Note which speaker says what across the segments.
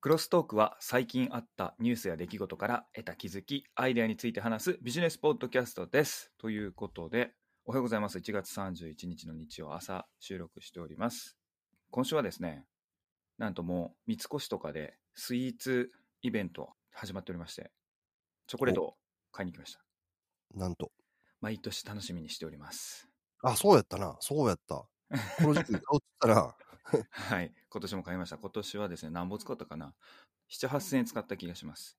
Speaker 1: クロストークは最近あったニュースや出来事から得た気づき、アイデアについて話すビジネスポッドキャストです。ということで、おはようございます。1月31日の日曜朝収録しております。今週はですね、なんともう三越とかでスイーツイベント始まっておりまして、チョコレートを買いに来ました。
Speaker 2: なんと。
Speaker 1: 毎年楽しみにしております。
Speaker 2: あ、そうやったな。そうやった。この時期に買うっつったら、
Speaker 1: はい。今年も買いました。今年はですね、何本使ったかな ?7、8000円使った気がします。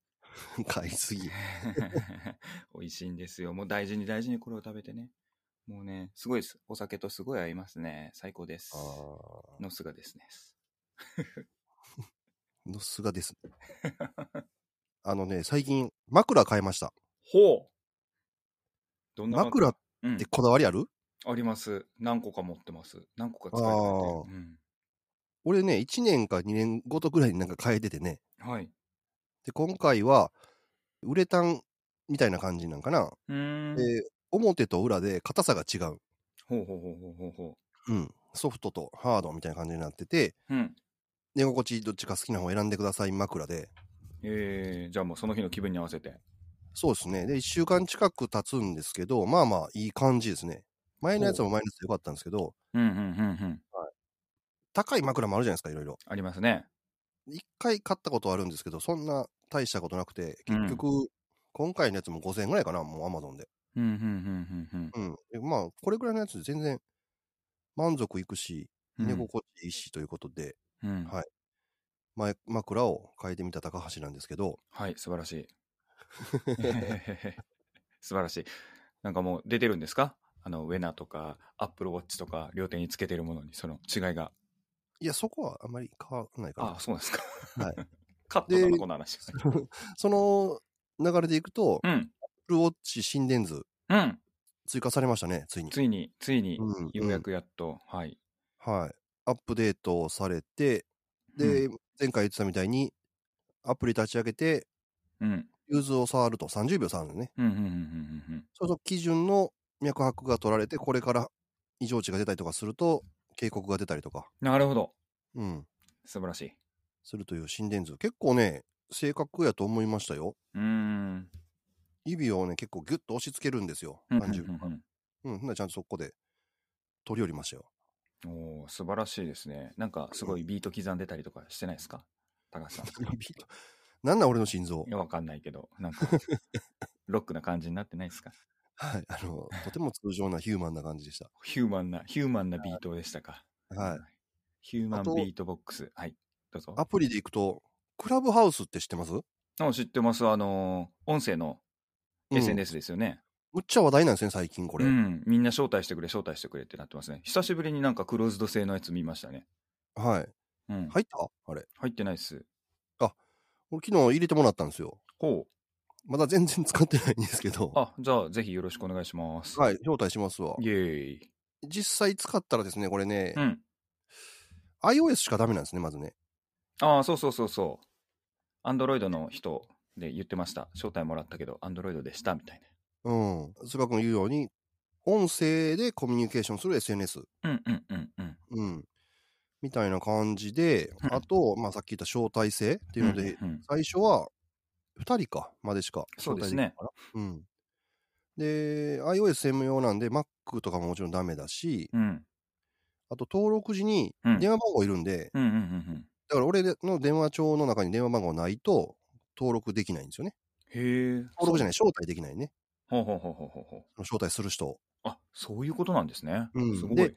Speaker 2: 買いすぎ。
Speaker 1: 美味しいんですよ。もう大事に大事にこれを食べてね。もうね、すごいです。お酒とすごい合いますね。最高です
Speaker 2: あ。
Speaker 1: のすがですね。
Speaker 2: ーのすがです ね。あのね、最近、枕買いました。
Speaker 1: ほうどんな
Speaker 2: 枕っ
Speaker 1: うん
Speaker 2: て、こだわりある、
Speaker 1: あります。何個か持ってます。何個か使いたくて。うん。
Speaker 2: 俺ね、1年か2年ごとぐらいになんか変えててね。
Speaker 1: はい。
Speaker 2: で、今回は、ウレタンみたいな感じなんかな。
Speaker 1: うーん。
Speaker 2: で、表と裏で硬さが違う。
Speaker 1: ほうほうほうほうほうほ
Speaker 2: うん。ソフトとハードみたいな感じになってて、
Speaker 1: う。うん。
Speaker 2: 寝心地どっちか好きな方を選んでください枕で。
Speaker 1: えー、じゃあもうその日の気分に合わせて。
Speaker 2: そうですね。で、1週間近く経つんですけど、まあまあいい感じですね。前のやつも前のやつでよかったんですけど、
Speaker 1: うんうんうんうん。
Speaker 2: 高い枕もあるじゃないですか、いろいろ。
Speaker 1: ありますね。
Speaker 2: 一回買ったことはあるんですけど、そんな大したことなくて、
Speaker 1: うん
Speaker 2: 結局、今回のやつも5000円ぐらいかな、もう Amazon で。
Speaker 1: うんうんうんうん
Speaker 2: うん。でまあ、これぐらいのやつで全然満足いくし、
Speaker 1: うん。
Speaker 2: 寝心地いいしということで、
Speaker 1: うん。
Speaker 2: はい前枕を変えてみた高橋なんですけど、
Speaker 1: はい、素晴らしい。 素晴らしい。なんかもう出てるんですかあの、ウェナとか、アップルウォッチとか、両手につけてるものに、その違いが。
Speaker 2: いや、そこはあんまり変わらないか
Speaker 1: あ
Speaker 2: な。
Speaker 1: そうなんですか。
Speaker 2: はい
Speaker 1: カットだな、
Speaker 2: で
Speaker 1: この話。
Speaker 2: その流れでいくと、
Speaker 1: うん、
Speaker 2: Apple Watch 心電図
Speaker 1: うん。
Speaker 2: 追加されましたね、ついに。
Speaker 1: ついに、ついに、
Speaker 2: うん
Speaker 1: ようやくやっと、はい。
Speaker 2: はい。アップデートされて、で、前回言ってたみたいに、アプリ立ち上げて、
Speaker 1: うん、
Speaker 2: ユーズを触ると30秒触るのね。
Speaker 1: うん、うん、うん、うんうん、
Speaker 2: その基準の脈拍が取られて、これから異常値が出たりとかすると、警告が出たりとか、
Speaker 1: うん。なるほど。
Speaker 2: うん、
Speaker 1: 素晴らしい。
Speaker 2: するという心電図。結構ね、正確やと思いましたよ。
Speaker 1: うーん。
Speaker 2: 指をね、結構ギュッと押し付けるんですよ。
Speaker 1: うん
Speaker 2: 30
Speaker 1: うん
Speaker 2: 秒
Speaker 1: う
Speaker 2: 間。
Speaker 1: ん
Speaker 2: うん、ほんならちゃんとそこで取り寄りま したよ。
Speaker 1: うんおー素晴らしいですね。なんか、すごいビート刻んでたりとかしてないですか高橋さん。
Speaker 2: 指となんなん俺の心臓
Speaker 1: い。や、わかんないけど、なんか、ロックな感じになってないですか
Speaker 2: はい。あの、とても通常なヒューマンな感じでした。
Speaker 1: ヒューマンな、ヒューマンなビートでしたか。
Speaker 2: はい。。
Speaker 1: ヒューマン
Speaker 2: あと
Speaker 1: ビートボックス。はい。どうぞ。
Speaker 2: アプリで行くと、クラブハウスって知ってます、
Speaker 1: あ、知ってます。あのー音声の
Speaker 2: うん
Speaker 1: SNS ですよね。
Speaker 2: むっちゃ話題なんですね、最近こ
Speaker 1: う
Speaker 2: れ。
Speaker 1: ん、みんな招待してくれ、招待してくれってなってますね。久しぶりになんかクローズド製のやつ見ましたね。
Speaker 2: はい。
Speaker 1: うん。
Speaker 2: 入ったあれ。
Speaker 1: 入ってないっす。
Speaker 2: 俺昨日入れてもらったんですよ。
Speaker 1: ほ
Speaker 2: まだ全然使ってないんですけど
Speaker 1: う。。 あ、じゃあ、ぜひよろしくお願いします。
Speaker 2: はい、招待しますわ。
Speaker 1: イエーイ。
Speaker 2: 実際使ったらですね、これね、
Speaker 1: うん。
Speaker 2: iOS しかダメなんですね、まずね。
Speaker 1: ああ、そうそうそうそう。アンドロイドの人で言ってました。招待もらったけど、アンドロイドでした、みたい
Speaker 2: うん。菅君言うように、音声でコミュニケーションする SNS。
Speaker 1: な。うんうんうんうん。
Speaker 2: うん。みたいな感じで、
Speaker 1: うん
Speaker 2: あと、まあさっき言った招待制っていうので、
Speaker 1: うんうん
Speaker 2: 最初は2人か、までしか
Speaker 1: そ
Speaker 2: 招
Speaker 1: うです
Speaker 2: 待できな
Speaker 1: ね
Speaker 2: いから。うん。で、iOS 専用なんで、Mac とかももちろんダメだし、
Speaker 1: うん。
Speaker 2: あと登録時に
Speaker 1: うん
Speaker 2: 電話番号いるんで、
Speaker 1: うんうんうんうん。
Speaker 2: だから俺の電話帳の中に電話番号ないと登録できないんですよね。
Speaker 1: へえ。
Speaker 2: 登録じゃ
Speaker 1: ない。
Speaker 2: ない、招待できないね。
Speaker 1: ほうほうほうほうほうほ
Speaker 2: 招待する人を。
Speaker 1: う。あ、そういうことなんですね。
Speaker 2: うん
Speaker 1: すごい
Speaker 2: で。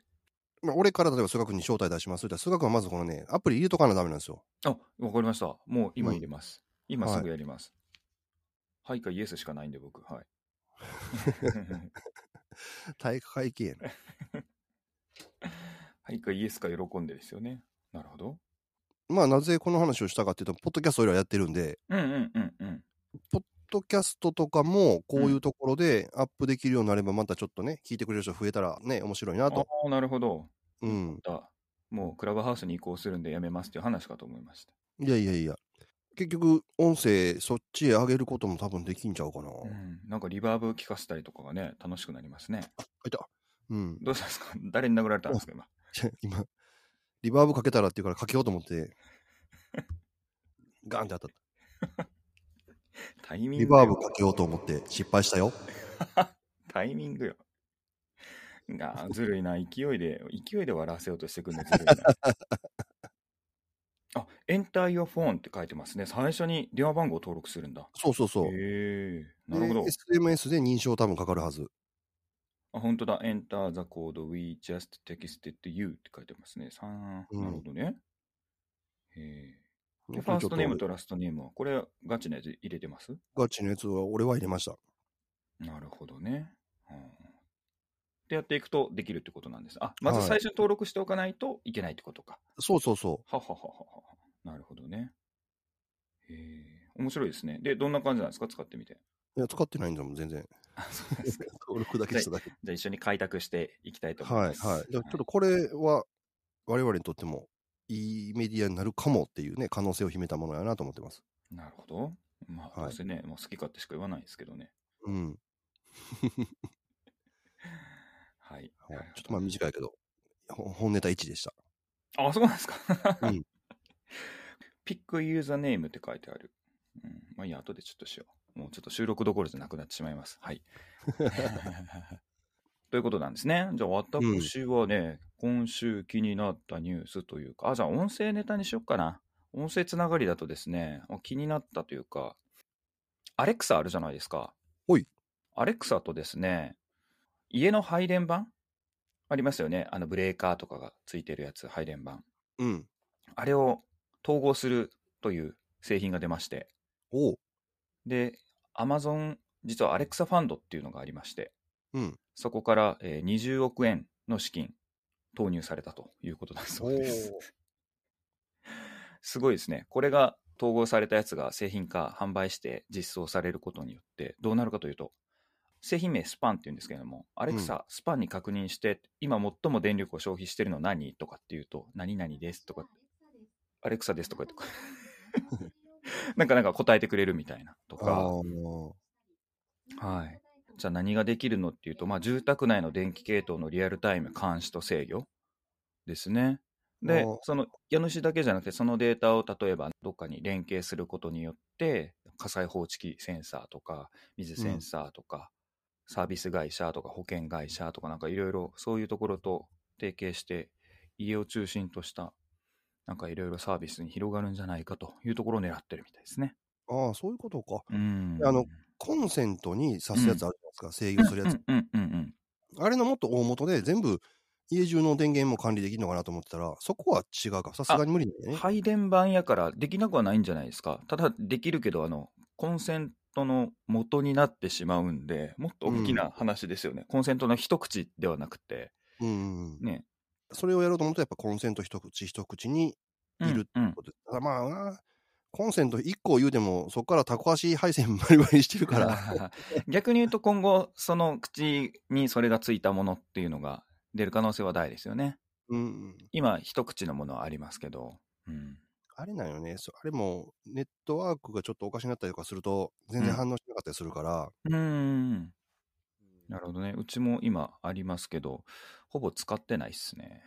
Speaker 2: まあ、俺から例えば菅君に招待出しますって言ったら、菅君はまずこのね、アプリ入れとかなダメなんですよ。
Speaker 1: あ、わかりました。もう今
Speaker 2: うん
Speaker 1: 入れます。今すぐやります。はいかイエスしかないんで僕、はい。
Speaker 2: 体育会系やな。
Speaker 1: はいかイエスか喜んでですよね。なるほど。
Speaker 2: まあ、なぜこの話をしたかっていうと、ポッドキャストを俺らやってるんで、
Speaker 1: うんうんうんうん。
Speaker 2: ポッドキャストとかもこういうところでアップできるようになれば、またちょっとね、聞いてくれる人増えたらね、面白いな
Speaker 1: あ
Speaker 2: と。
Speaker 1: あ、なるほど。
Speaker 2: うん。
Speaker 1: だもうクラブハウスに移行するんでやめますっていう話かと思いました。
Speaker 2: いやいやいや。結局、音声そっちへ上げることも多分できんちゃうかな。
Speaker 1: うん。なんかリバーブ聞かせたりとかがね、楽しくなりますね。
Speaker 2: あいた。うん。
Speaker 1: どうしたんですか誰に殴られたんですか今。
Speaker 2: 今、リバーブかけたらっていうからかけようと思って、ガンって当たった。
Speaker 1: タイミング
Speaker 2: リバーブかけようと思って失敗したよ。
Speaker 1: タイミングよ。 がずるいな、勢いで、勢いで笑わせようとしてくるのずるいな。あ、エンタイアフォンって書いてますね。最初に電話番号を登録するんだ。
Speaker 2: そうそうそう。
Speaker 1: へえ、
Speaker 2: で
Speaker 1: なるほど。
Speaker 2: SMS で認証多分かかるはず。
Speaker 1: あ、本当だ。Enter the code we just texted you って書いてますね。さん、
Speaker 2: うん
Speaker 1: なるほどね。へえ。
Speaker 2: こ
Speaker 1: で
Speaker 2: れ
Speaker 1: ファー
Speaker 2: ち
Speaker 1: ス
Speaker 2: ょっと
Speaker 1: トネームとラストネームは、これガチなやつ入れてます
Speaker 2: ガチのやつは俺は入れました。
Speaker 1: なるほどね。うんってやっていくとできるってことなんです。あ、まず
Speaker 2: はい
Speaker 1: 最初に登録しておかないといけないってことか。
Speaker 2: そうそうそ
Speaker 1: はははははは。なるほどね。へえ、面白いですね。で、どんな感じなんですか使ってみて。
Speaker 2: う。いや、使ってないんだもん、全然。
Speaker 1: あ、 そうですか。
Speaker 2: 登録だけしただけ。
Speaker 1: じゃあ一緒に開拓していきたいと思い
Speaker 2: はいは
Speaker 1: ま
Speaker 2: い。
Speaker 1: す。
Speaker 2: だからちょっとこれは我々にとってもいいメディアになるかもっていうね、可能性を秘めたものやなと思ってます。
Speaker 1: なるほど。まあ、
Speaker 2: は
Speaker 1: ど
Speaker 2: いう
Speaker 1: せね、もう好き勝手しか言わないですけどね。
Speaker 2: うん。
Speaker 1: はい。
Speaker 2: はいちょっとまあ短いけど、ほ本ネタ1でした。
Speaker 1: あ、そうなんですか。
Speaker 2: うん
Speaker 1: ピックユーザーネームって書いてある。うん、まあいいや、後でちょっとしよう。もうちょっと収録どころじゃなくなってしまいます。 はい。ということなんですね。じゃあ私はね、今週気になったニュースというか、あ、じゃあ音声ネタにしよっかな。音声つながりだとですね、気になったというか、アレクサあるじゃないですか。
Speaker 2: ほい。
Speaker 1: アレクサとですね、家の配電盤ありますよね。あのブレーカーとかがついてるやつ、配電盤。
Speaker 2: うん。
Speaker 1: あれを統合するという製品が出まして。
Speaker 2: おう。
Speaker 1: で、Amazon、実はアレクサファンドっていうのがありまして、
Speaker 2: うん。
Speaker 1: そこからえー20億円の資金投入されたということだそうです。すごいですね。これが統合されたやつが製品化、販売して実装されることによって、どうなるかというと、製品名スパンって言うんですけれども、アレクサ、スパンに確認して、今最も電力を消費してるの何とかっていうと、何々ですとか、アレクサですとか言って、 なんかなんか答えてくれるみたいなと
Speaker 2: あ
Speaker 1: か、
Speaker 2: ー
Speaker 1: はい。じゃあ何ができるのっていうと、まあ、住宅内の電気系統のリアルタイム監視と制御ですね。で
Speaker 2: お、
Speaker 1: その家主だけじゃなくて、そのデータを例えばどっかに連携することによって、火災報知器センサーとか、水センサーとか、サービス会社とか保険会社とか、なんかいろいろそういうところと提携して、家を中心とした、なんかいろいろサービスに広がるんじゃないかというところを狙ってるみたいですね。
Speaker 2: あー、そういうことか。
Speaker 1: うん。
Speaker 2: あのコンセントに挿すやつあるじゃないですか、制御するやつ。
Speaker 1: うんうんうんうん。
Speaker 2: あれのもっと大元で、全部家中の電源も管理できるのかなと思ってたら、そこは違うか、さすがに無理だよね。
Speaker 1: 配電盤やからできなくはないんじゃないですか。ただできるけど、あの、コンセントの元になってしまうんで、もっと大きな話ですよね。コンセントの一口ではなくて、
Speaker 2: うん。
Speaker 1: ね。
Speaker 2: それをやろうと思うと、やっぱコンセント一口一口にいる
Speaker 1: うんうん
Speaker 2: ことでただまあな、コンセント1個言うても、そこからタコ足配線バリバリしてるから、
Speaker 1: 逆に言うと今後、その口にそれがついたものっていうのが出る可能性は大ですよね。
Speaker 2: うん。
Speaker 1: 今、一口のものはありますけど、うん。
Speaker 2: あれなんよね。そあれも、ネットワークがちょっとおかしになったりとかすると、全然反応しなかったりするから、
Speaker 1: うーん。なるほどね。うちも今ありますけど、ほぼ使ってないっすね。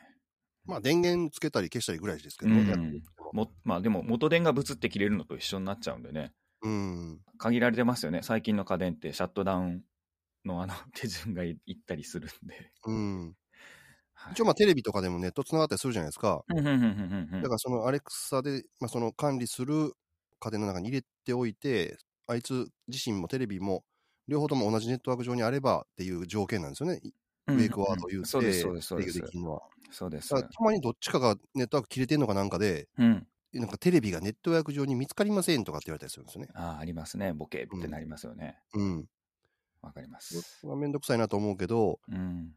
Speaker 2: まあ、電源つけたり消したりぐらいですけど、
Speaker 1: うん
Speaker 2: やってる人も
Speaker 1: もまあでも元電がブツって切れるのと一緒になっちゃうんでね
Speaker 2: うん。
Speaker 1: 限られてますよね最近の家電ってシャットダウンのあの手順がいいったりするんで、
Speaker 2: うん。
Speaker 1: はい
Speaker 2: 一応、まあ、テレビとかでもネットつながったりするじゃないですか。
Speaker 1: うんうんうんうんうん
Speaker 2: だからそのアレクサで、まあ、その管理する家電の中に入れておいて、あいつ自身もテレビも、両方とも同じネットワーク上にあればっていう条件なんですよね。
Speaker 1: うんう
Speaker 2: ウ
Speaker 1: ん
Speaker 2: ェイクワードを言って、
Speaker 1: そうですそうですそうで
Speaker 2: 制
Speaker 1: す
Speaker 2: 御できるのは。
Speaker 1: そうです
Speaker 2: ただたまにどっちかがネットワーク切れてんのかなんかで、
Speaker 1: うん
Speaker 2: なんかテレビがネットワーク上に見つかりませんとかって言われたりするんですよね。
Speaker 1: ああありますねボケってなりますよね
Speaker 2: うん。
Speaker 1: わ、かります
Speaker 2: それはめんどくさいなと思うけど、
Speaker 1: うん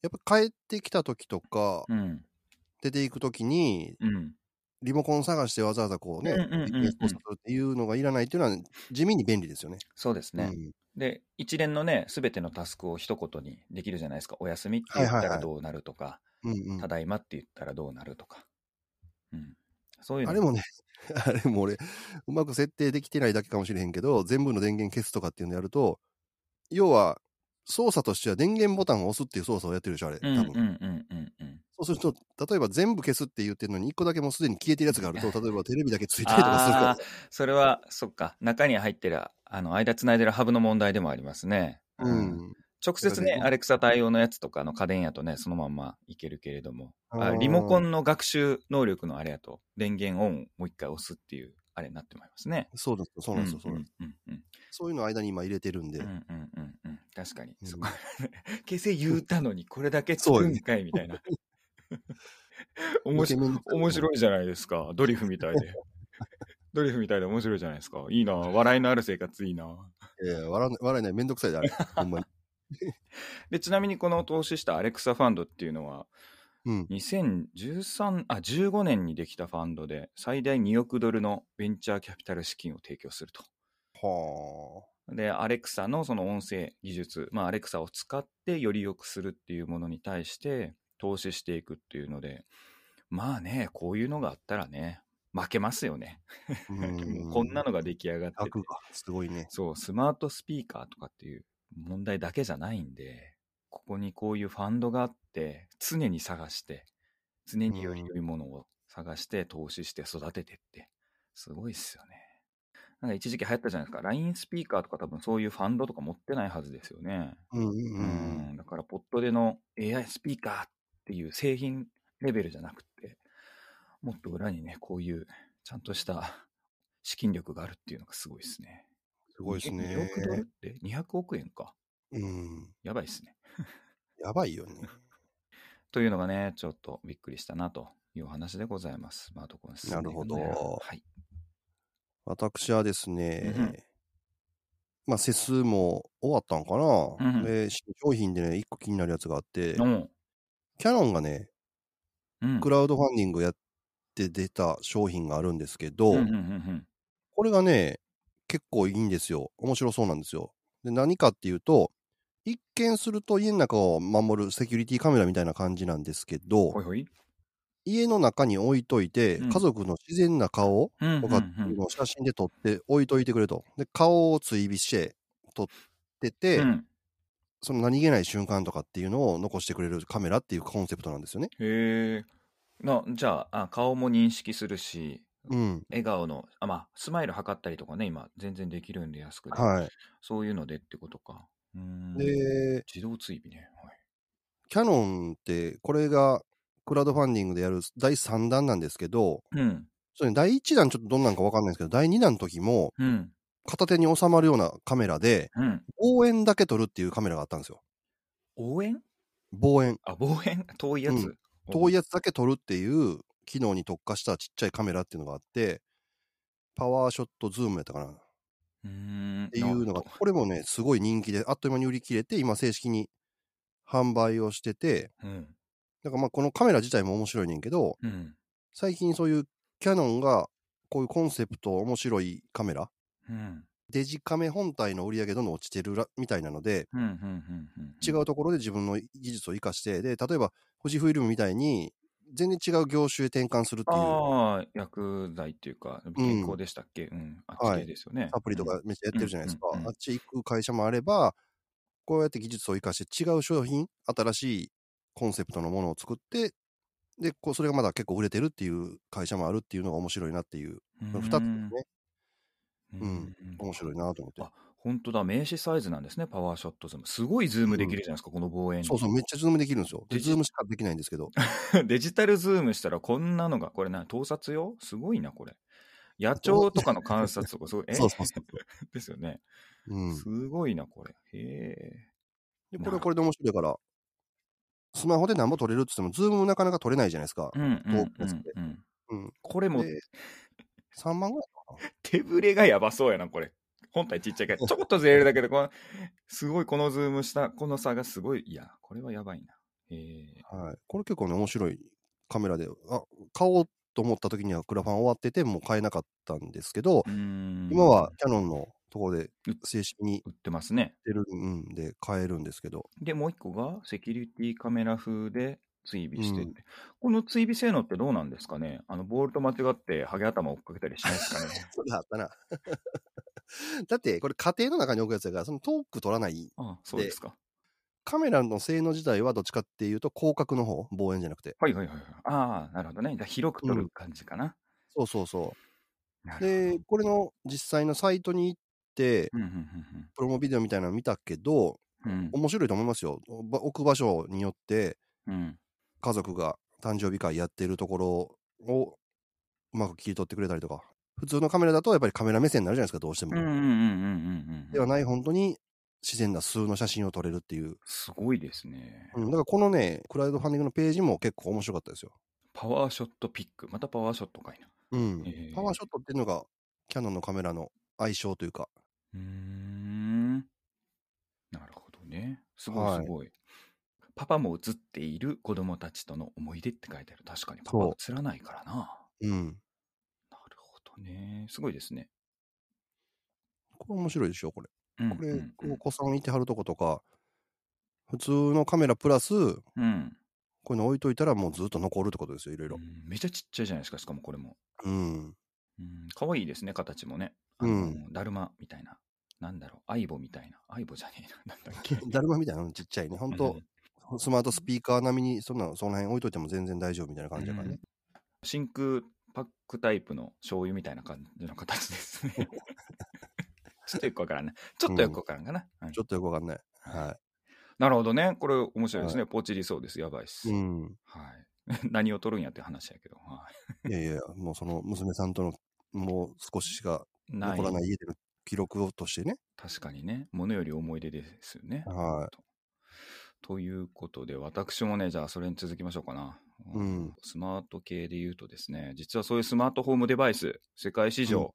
Speaker 2: やっぱ帰ってきた時とか、
Speaker 1: うん
Speaker 2: 出ていく時に、
Speaker 1: うん
Speaker 2: リモコン操作してわざわざこうね、
Speaker 1: うんうんうんうん
Speaker 2: リクエストするっていうのがいらないっていうのは、地味に便利ですよね。
Speaker 1: そうですね、
Speaker 2: うん
Speaker 1: で一連のねすべてのタスクを一言にできるじゃないですかお休みって言ったらどうなるとか、
Speaker 2: うんうん
Speaker 1: ただいまって言ったらどうなるとか、うん、そういうの
Speaker 2: あれもね、 あれも俺、うまく設定できてないだけかもしれへんけど、全部の電源消すとかっていうのやると、要は、操作としては電源ボタンを押すっていう操作をやってるでしょ、あれ。多
Speaker 1: うんうん
Speaker 2: 分。
Speaker 1: うんうんうん
Speaker 2: そうすると、例えば全部消すって言ってるのに、1個だけもうすでに消えてるやつがあると、例えばテレビだけついてるとかする
Speaker 1: あ
Speaker 2: か
Speaker 1: ーそれは、そっか、中に入ってる、あの、間つないでるハブの問題でもありますね。
Speaker 2: ら、 うん。
Speaker 1: 直接
Speaker 2: そうだ
Speaker 1: ね、
Speaker 2: ね
Speaker 1: アレクサ対応のやつとかの家電やとね、そのまんまいけるけれども、あ
Speaker 2: あー
Speaker 1: リモコンの学習能力のあれやと、電源オンをもう一回押すっていう、あれになってまいりますね。
Speaker 2: そうです、そうなんですよ、そううなん
Speaker 1: ん
Speaker 2: です。
Speaker 1: うんうん
Speaker 2: そういうのを間に今入れてるんで、
Speaker 1: うんうんうんうん確かに、
Speaker 2: うん
Speaker 1: そこ 消せ言うたのにこれだけつ
Speaker 2: そう
Speaker 1: く
Speaker 2: よ
Speaker 1: んかいみたい な面白い面白
Speaker 2: い。
Speaker 1: いじゃないですかドリフみたいでドリフみたいで面白いじゃないですかいいな笑いのある生活いいな
Speaker 2: えー笑わない笑えない、めんどくさ いであれ、ほんまに。
Speaker 1: でちなみにこの投資したアレクサファンドっていうのは
Speaker 2: うん。
Speaker 1: 2013あ15年にできたファンドで最大2億ドルのベンチャーキャピタル資金を提供すると
Speaker 2: は
Speaker 1: で、アレクサのその音声技術、まあ、アレクサを使ってより良くするっていうものに対して投資していくっていうので、まあね、こういうのがあったらね、負けますよね。
Speaker 2: あ。う
Speaker 1: こんなのが出来上がってて
Speaker 2: 額がすごいね。
Speaker 1: そう、スマートスピーカーとかっていう問題だけじゃないんで、ここにこういうファンドがあって、常に探して、常により良いものを探して、投資して育ててって、すごいっすよね。なんか一時期流行ったじゃないですか。LINE スピーカーとか多分そういうファンドとか持ってないはずですよね。
Speaker 2: うんう
Speaker 1: うんだから、ポットでの AI スピーカーっていう製品レベルじゃなくて、もっと裏にね、こういうちゃんとした資金力があるっていうのがすごいですね。
Speaker 2: すごいです
Speaker 1: 2億ドルっ
Speaker 2: ね。
Speaker 1: て200億円か。
Speaker 2: うん。
Speaker 1: やばいっすね。
Speaker 2: やばいよね。
Speaker 1: というのがね、ちょっとびっくりしたなというお話でございます。まあ、どこに進んでいくのやら
Speaker 2: なるほど
Speaker 1: はい。
Speaker 2: 私はですね、
Speaker 1: うんうん
Speaker 2: まあ、節数も終わったんかな。
Speaker 1: うん
Speaker 2: で、新商品でね、一個気になるやつがあって、
Speaker 1: うん。
Speaker 2: キャノンがね、
Speaker 1: うん。
Speaker 2: クラウドファンディングやって出た商品があるんですけど、
Speaker 1: うんうんうん
Speaker 2: これがね、結構いいんですよ。面白そうなんですよ。で、何かっていうと、一見すると家の中を守るセキュリティカメラみたいな感じなんですけ
Speaker 1: うん。ほ
Speaker 2: ど
Speaker 1: い、ほい。
Speaker 2: 家の中に置いといて、
Speaker 1: うん
Speaker 2: 家族の自然な顔を
Speaker 1: うんうん
Speaker 2: とかっていうのを写真で撮って置いといてくれと。で、顔を追尾して撮ってて、
Speaker 1: うん
Speaker 2: その何気ない瞬間とかっていうのを残してくれるカメラっていうコンセプトなんですよね。
Speaker 1: へえ。な、じゃああ、顔も認識するし、
Speaker 2: うん。
Speaker 1: 笑顔の、あ、まあ、スマイル測ったりとかね、今、全然できるんで安くて。
Speaker 2: は
Speaker 1: そういうのでってことか。うーん。
Speaker 2: い。で、
Speaker 1: 自動追尾ね。はい。
Speaker 2: キャノンって、これがクラウドファンディングでやる第3弾なんですけど、
Speaker 1: うん。
Speaker 2: それね第1弾ちょっとどんなんかわかんないんですけど、第2弾の時も
Speaker 1: うん。
Speaker 2: 片手に収まるようなカメラで、
Speaker 1: うん。
Speaker 2: 望遠だけ撮るっていうカメラがあったんですよ。
Speaker 1: 応援
Speaker 2: 望遠。
Speaker 1: あ、望遠遠いやつ。
Speaker 2: 遠い
Speaker 1: や
Speaker 2: やつだけ撮るっていう機能に特化したちっちゃいカメラっていうのがあって、パワーショットズームやったかなっ
Speaker 1: うーん。って
Speaker 2: いうのが、これもね、すごい人気で、あっという間に売り切れて、今正式に販売をしてて、
Speaker 1: うん。
Speaker 2: なんかまあこのカメラ自体も面白いねんけど、
Speaker 1: うん。
Speaker 2: 最近そういうキャノンがこういうコンセプト面白いカメラ、
Speaker 1: うん。
Speaker 2: デジカメ本体の売り上げどんどん落ちてるらみたいなので、
Speaker 1: うん。うん。うん。
Speaker 2: 違うところで自分の技術を生かして、で、例えば富士フイルムみたいに全然違う業種へ転換するっていう
Speaker 1: ああ、薬剤っていうか、健康でしたっけうん。あっち系ですよね。
Speaker 2: アプリとかめっちゃやってるじゃないですか
Speaker 1: うんうんう。ん
Speaker 2: あっち行く会社もあれば、こうやって技術を生かして違う商品、新しいコンセプトのものを作って、で、こうそれがまだ結構売れてるっていう会社もあるっていうのが面白いなっていう、
Speaker 1: うん。
Speaker 2: 2つですね。
Speaker 1: うん。
Speaker 2: うん面白いなと思って。
Speaker 1: あ、本当だ。名刺サイズなんですね。パワーショットズーム。すごいズームできるじゃないですか、この望遠。
Speaker 2: そうそう、めっちゃズームできるんですよ。で、
Speaker 1: デジ
Speaker 2: ズームしかできないんですけど、
Speaker 1: デジタルズームしたらこんなのが、これな、盗撮用すごいな、これ。野鳥とかの観察とか、す ごい。え
Speaker 2: そうそうそ
Speaker 1: ですよね。
Speaker 2: うん、
Speaker 1: すごいな、これ。へえ。
Speaker 2: でこれはこれで面白いから、スマホで何も撮れるって言っても、ズームもなかなか撮れないじゃないですか
Speaker 1: う。ん。うん。う
Speaker 2: 遠く
Speaker 1: ん
Speaker 2: て
Speaker 1: うん。
Speaker 2: うん、
Speaker 1: これも
Speaker 2: で3万ぐらい
Speaker 1: 手ぶれがやばそうやな、これ。本体ちっちゃい から、ちょこっとずれるだけで、この、すごい、このズームした、この差がすごい、いや、これはやばいな。ええ
Speaker 2: かな、はい。これ結構ね、面白いカメラで、あ買おうと思った時にはクラファン終わってて、もう買えなかったんですけど、
Speaker 1: うーん
Speaker 2: 今は、キャノンのところで
Speaker 1: うん
Speaker 2: 正式に
Speaker 1: 売ってますね。
Speaker 2: 出るんで買えるんですけど、
Speaker 1: で、もう一個が、セキュリティカメラ風で追尾してて、
Speaker 2: うん
Speaker 1: この追尾性能ってどうなんですかねあの、ボールと間違って、ハゲ頭追っかけたりしないですかね
Speaker 2: それあったな。だって、これ家庭の中に置くやつだから、その遠く撮らない
Speaker 1: ああそうですか。
Speaker 2: カメラの性能自体はどっちかっていうと広角の方望遠じゃなくて
Speaker 1: はいはいはいはい。ああ、なるほどね。じゃあ広く撮る感じかな。
Speaker 2: そうそうそ
Speaker 1: な
Speaker 2: う
Speaker 1: るほど
Speaker 2: でこれの実際のサイトに行って
Speaker 1: うんうん
Speaker 2: プロモビデオみたいなの見たけど
Speaker 1: うんうん
Speaker 2: 面白いと思いますよば置く場所によって
Speaker 1: うんうん
Speaker 2: 家族が誕生日会やってるところをうまく切り取ってくれたりとか普通のカメラだとやっぱりカメラ目線になるじゃないですかどうしても、
Speaker 1: うんうんうんうんうん
Speaker 2: では
Speaker 1: うん。
Speaker 2: ない本当に自然な数の写真を撮れるっていう、
Speaker 1: すごいですね。
Speaker 2: うん、だからこのねクラウドファンディングのページも結構面白かったですよ、
Speaker 1: パワーショットピック。またパワーショットかいな。
Speaker 2: うん
Speaker 1: へー
Speaker 2: パワーショットっていうのがキャノンのカメラの相性というか
Speaker 1: うーん。なるほどね。すごい
Speaker 2: はい
Speaker 1: すごい。パパも映っている子供たちとの思い出って書いてある。確かにパパ
Speaker 2: そ
Speaker 1: 映
Speaker 2: う
Speaker 1: らないからな。
Speaker 2: うん
Speaker 1: なるほどね。すごいですね。
Speaker 2: これ面白いでしょこれ
Speaker 1: うん
Speaker 2: これ、
Speaker 1: うんうん
Speaker 2: お子さんいてはるとことか普通のカメラプラスこ
Speaker 1: うん
Speaker 2: ういうの置いといたらもうずっと残るってことですよいろいろ
Speaker 1: うんめちゃちっちゃいじゃないですか、しかもこれも。
Speaker 2: うん
Speaker 1: うん、可愛いですね、形もね。あ
Speaker 2: う
Speaker 1: の
Speaker 2: ん
Speaker 1: だるまみたいな。なんだろう、アイボみたいな。アイボじゃねえな。なんだっけ。
Speaker 2: だるまみたいなのちっちゃいね。ほんと、スマートスピーカー並みに、そんなの、その辺置いといても全然大丈夫みたいな感じだからね。
Speaker 1: 真空パックタイプの醤油みたいな感じの形です ね。ちょっとよくわからんない。ちょっとよくわからんかな、うん
Speaker 2: ちょっとよくわかんない。は
Speaker 1: なるほどね。これ面白いですね。ポチりそうです。やばいっす。
Speaker 2: い。うん。
Speaker 1: はい、 何を取るんやって話やけど。はい
Speaker 2: やいや、もうその娘さんとの、もう少ししか
Speaker 1: い、な。
Speaker 2: 残らないい家での記録をとしてね。
Speaker 1: 確かにね。ものより思い出ですよね。
Speaker 2: は
Speaker 1: ということで、私もね、じゃあそれに続きましょうかな。
Speaker 2: うん
Speaker 1: スマート系で言うとですね、実はそういうスマートホームデバイス、世界市場、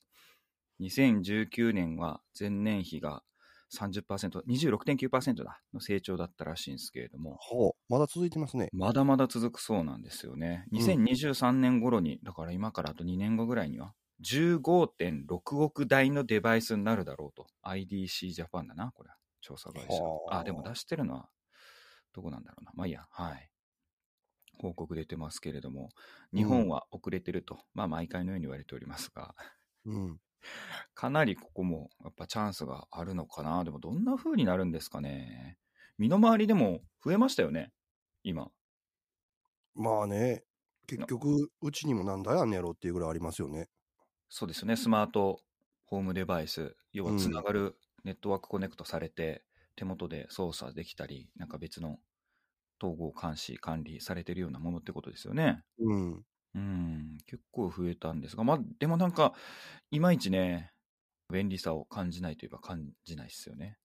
Speaker 1: 2019年は前年比が30%、26.9%だ、の成長だったらしいんですけれども、
Speaker 2: ほう。まだ続いてますね。
Speaker 1: まだまだ続くそうなんですよね。
Speaker 2: うん
Speaker 1: 2023年頃に、だから今からあと2年後ぐらいには、15.6億台のデバイスになるだろうと。IDC ジャパンだな、これ。調査会社
Speaker 2: は。あ
Speaker 1: あ、でも出してるのは、どこなんだろうな。まあいいや、はい。報告出てますけれども、日本は遅れてると、まあ毎回のように言われておりますが、
Speaker 2: うん。
Speaker 1: かなりここもやっぱチャンスがあるのかな。でもどんな風になるんですかね。身の回りでも増えましたよね、今。
Speaker 2: まあね、結局、うちにもなんだやんねやろっていうぐらいありますよね。
Speaker 1: そうですよね、スマートホームデバイス、要は
Speaker 2: うん
Speaker 1: つながるネットワークコネクトされて、手元で操作できたり、なんか別の統合監視、管理されてるようなものってことですよね。
Speaker 2: うん。
Speaker 1: うん、結構増えたんですが、まあ、でもなんか、いまいちね、便利さを感じないといえば感じないですよね。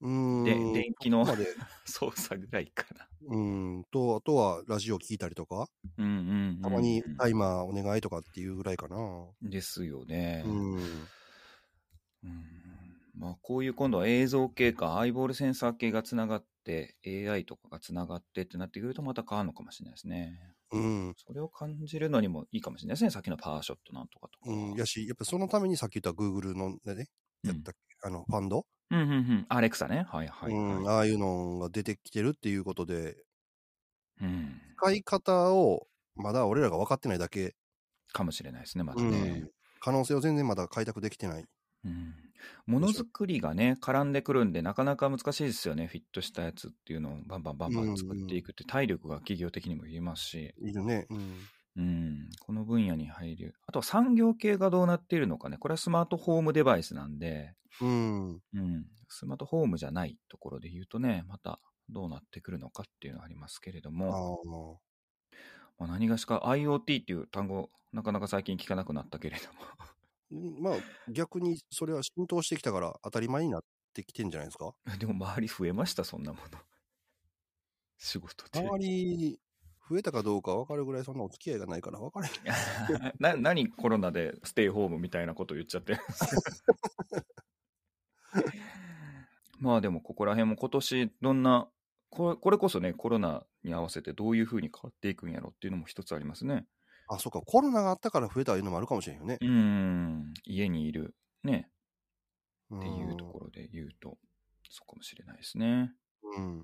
Speaker 2: うん。
Speaker 1: で、電気の
Speaker 2: ここまで
Speaker 1: 操作ぐらいかな。
Speaker 2: うんと、あとはラジオ聞いたりとか、
Speaker 1: うんうんうんうん
Speaker 2: たまにタイマーお願いとかっていうぐらいかな。
Speaker 1: ですよね。
Speaker 2: うん。
Speaker 1: うんまあ、こういう今度は映像系か、アイボールセンサー系がつながって、AI とかがつながってってなってくると、また変わるのかもしれないですね。
Speaker 2: うん。
Speaker 1: それを感じるのにもいいかもしれないですね。さっきのパワーショットなんとかとか。
Speaker 2: うん、やし、やっぱそのためにさっき言った Google のね、
Speaker 1: うん
Speaker 2: やったっけ、あの、ファンド、
Speaker 1: うんうんうん。アレクサね。はいはい、はい。
Speaker 2: うん、ああいうのが出てきてるっていうことで、
Speaker 1: うん
Speaker 2: 使い方をまだ俺らが分かってないだけ、
Speaker 1: かもしれないですね、また
Speaker 2: う
Speaker 1: ね
Speaker 2: ん。、可能性を全然まだ開拓できてない。
Speaker 1: うんものづくりがね、絡んでくるんで、なかなか難しいですよね。フィットしたやつっていうのをバンバンバンバン作っていくって、体力が企業的にも言えますし、
Speaker 2: いるね。うん。
Speaker 1: うん、この分野に入る。あとは産業系がどうなっているのかね。これはスマートホームデバイスなんで、
Speaker 2: うん。
Speaker 1: うん、スマートホームじゃないところで言うとね、またどうなってくるのかっていうのはありますけれど
Speaker 2: あ
Speaker 1: も、
Speaker 2: あ。
Speaker 1: まあ、何がしか IoT っていう単語、なかなか最近聞かなくなったけれども。
Speaker 2: まあ、逆にそれは浸透してきたから当たり前になってきてんじゃないですか。
Speaker 1: でも 周り増えました、そんなもの。 仕事
Speaker 2: あ
Speaker 1: で
Speaker 2: ま。り増えたかどうか分かるぐらいそんなお付き合いがないから分からへん。
Speaker 1: な何コロナでステイホームみたいなこと言っちゃって まあでもここら辺も今年どんなこれこれこそねコロナに合わせてどういうふうに変わっていくんやろっていうのも一つありますね
Speaker 2: あ、そうか、コロナがあったから増えたいうのもあるかもしれんよね。
Speaker 1: うーん家にいるね
Speaker 2: っ
Speaker 1: っていうところで言うとそうかもしれないですね
Speaker 2: ろ。うん。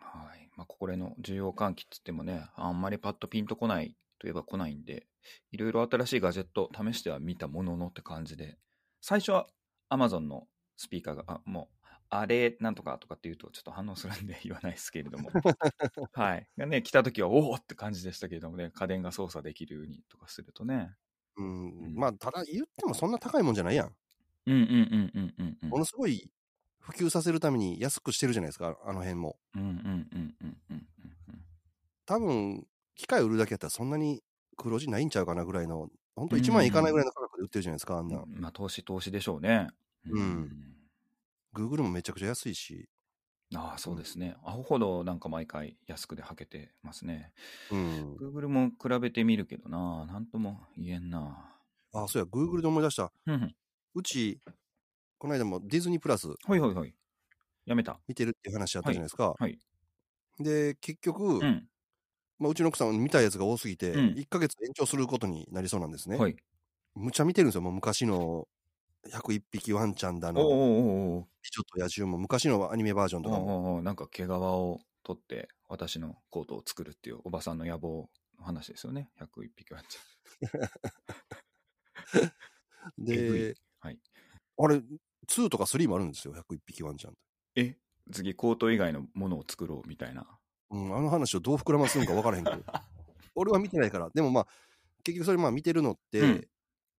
Speaker 1: はいまあここら辺の需要喚起っつってもねあんまりパッとピンとこないといえば来ないんでいろいろ新しいガジェット試しては見たもののって感じで最初は Amazon のスピーカーがあもうあれなんとかとかっていうとちょっと反応するんで 言わないですけれども、はい。がね、来た時はおおって感じでしたけれどもね、家電が操作できるようにとかするとね。
Speaker 2: うん、まあ、ただ言ってもそんな高いもんじゃないやん。
Speaker 1: うんうんうんうんうんうん。
Speaker 2: ものすごい普及させるために安くしてるじゃないですか、あの辺も。
Speaker 1: うんうんうんうんうん
Speaker 2: 多分、機械売るだけやったらそんなに黒字ないんちゃうかなぐらいの、ほんと1万円いかないぐらいの価格で売ってるじゃないですか、あん
Speaker 1: うん
Speaker 2: な
Speaker 1: うん。。まあ投資投資でしょうね。
Speaker 2: うん Google もめちゃくちゃ安いし。
Speaker 1: ああ、そうですね。アホほどなんか毎回安くではけてますね。
Speaker 2: うん。
Speaker 1: Google も比べてみるけどな、なんとも言えんな。
Speaker 2: あ、そうや、Google で思い出した。
Speaker 1: うんうん。
Speaker 2: うち、この間もディズニープラス
Speaker 1: ほいほいほい。やめた。
Speaker 2: 見てるっていう話あったじゃないですか。
Speaker 1: はい。
Speaker 2: で、結局、
Speaker 1: う。
Speaker 2: うんまあ、うちの奥さん見たやつが多すぎて、
Speaker 1: うん
Speaker 2: 1ヶ月延長することになりそうなんですね。
Speaker 1: はい。
Speaker 2: むちゃ見てるんですよ、もう昔の101匹ワンちゃんだ
Speaker 1: お
Speaker 2: の、
Speaker 1: お
Speaker 2: 美
Speaker 1: おお
Speaker 2: 女と野獣も昔のアニメバージョン
Speaker 1: お
Speaker 2: とかも。
Speaker 1: おおなんか毛皮を取って私のコートを作るっていうおばさんの野望の話ですよね。101匹ワンちえぐ
Speaker 2: で
Speaker 1: い、ゃん。はい。
Speaker 2: あれ、2とか3もあるんですよ、101匹ワンちゃん。
Speaker 1: え次コート以外のものを作ろうみたいな。
Speaker 2: うん、あの話をどう膨らますのか分からへんけど。俺は見てないから。でもまあ、結局それまあ見てるのって、
Speaker 1: うん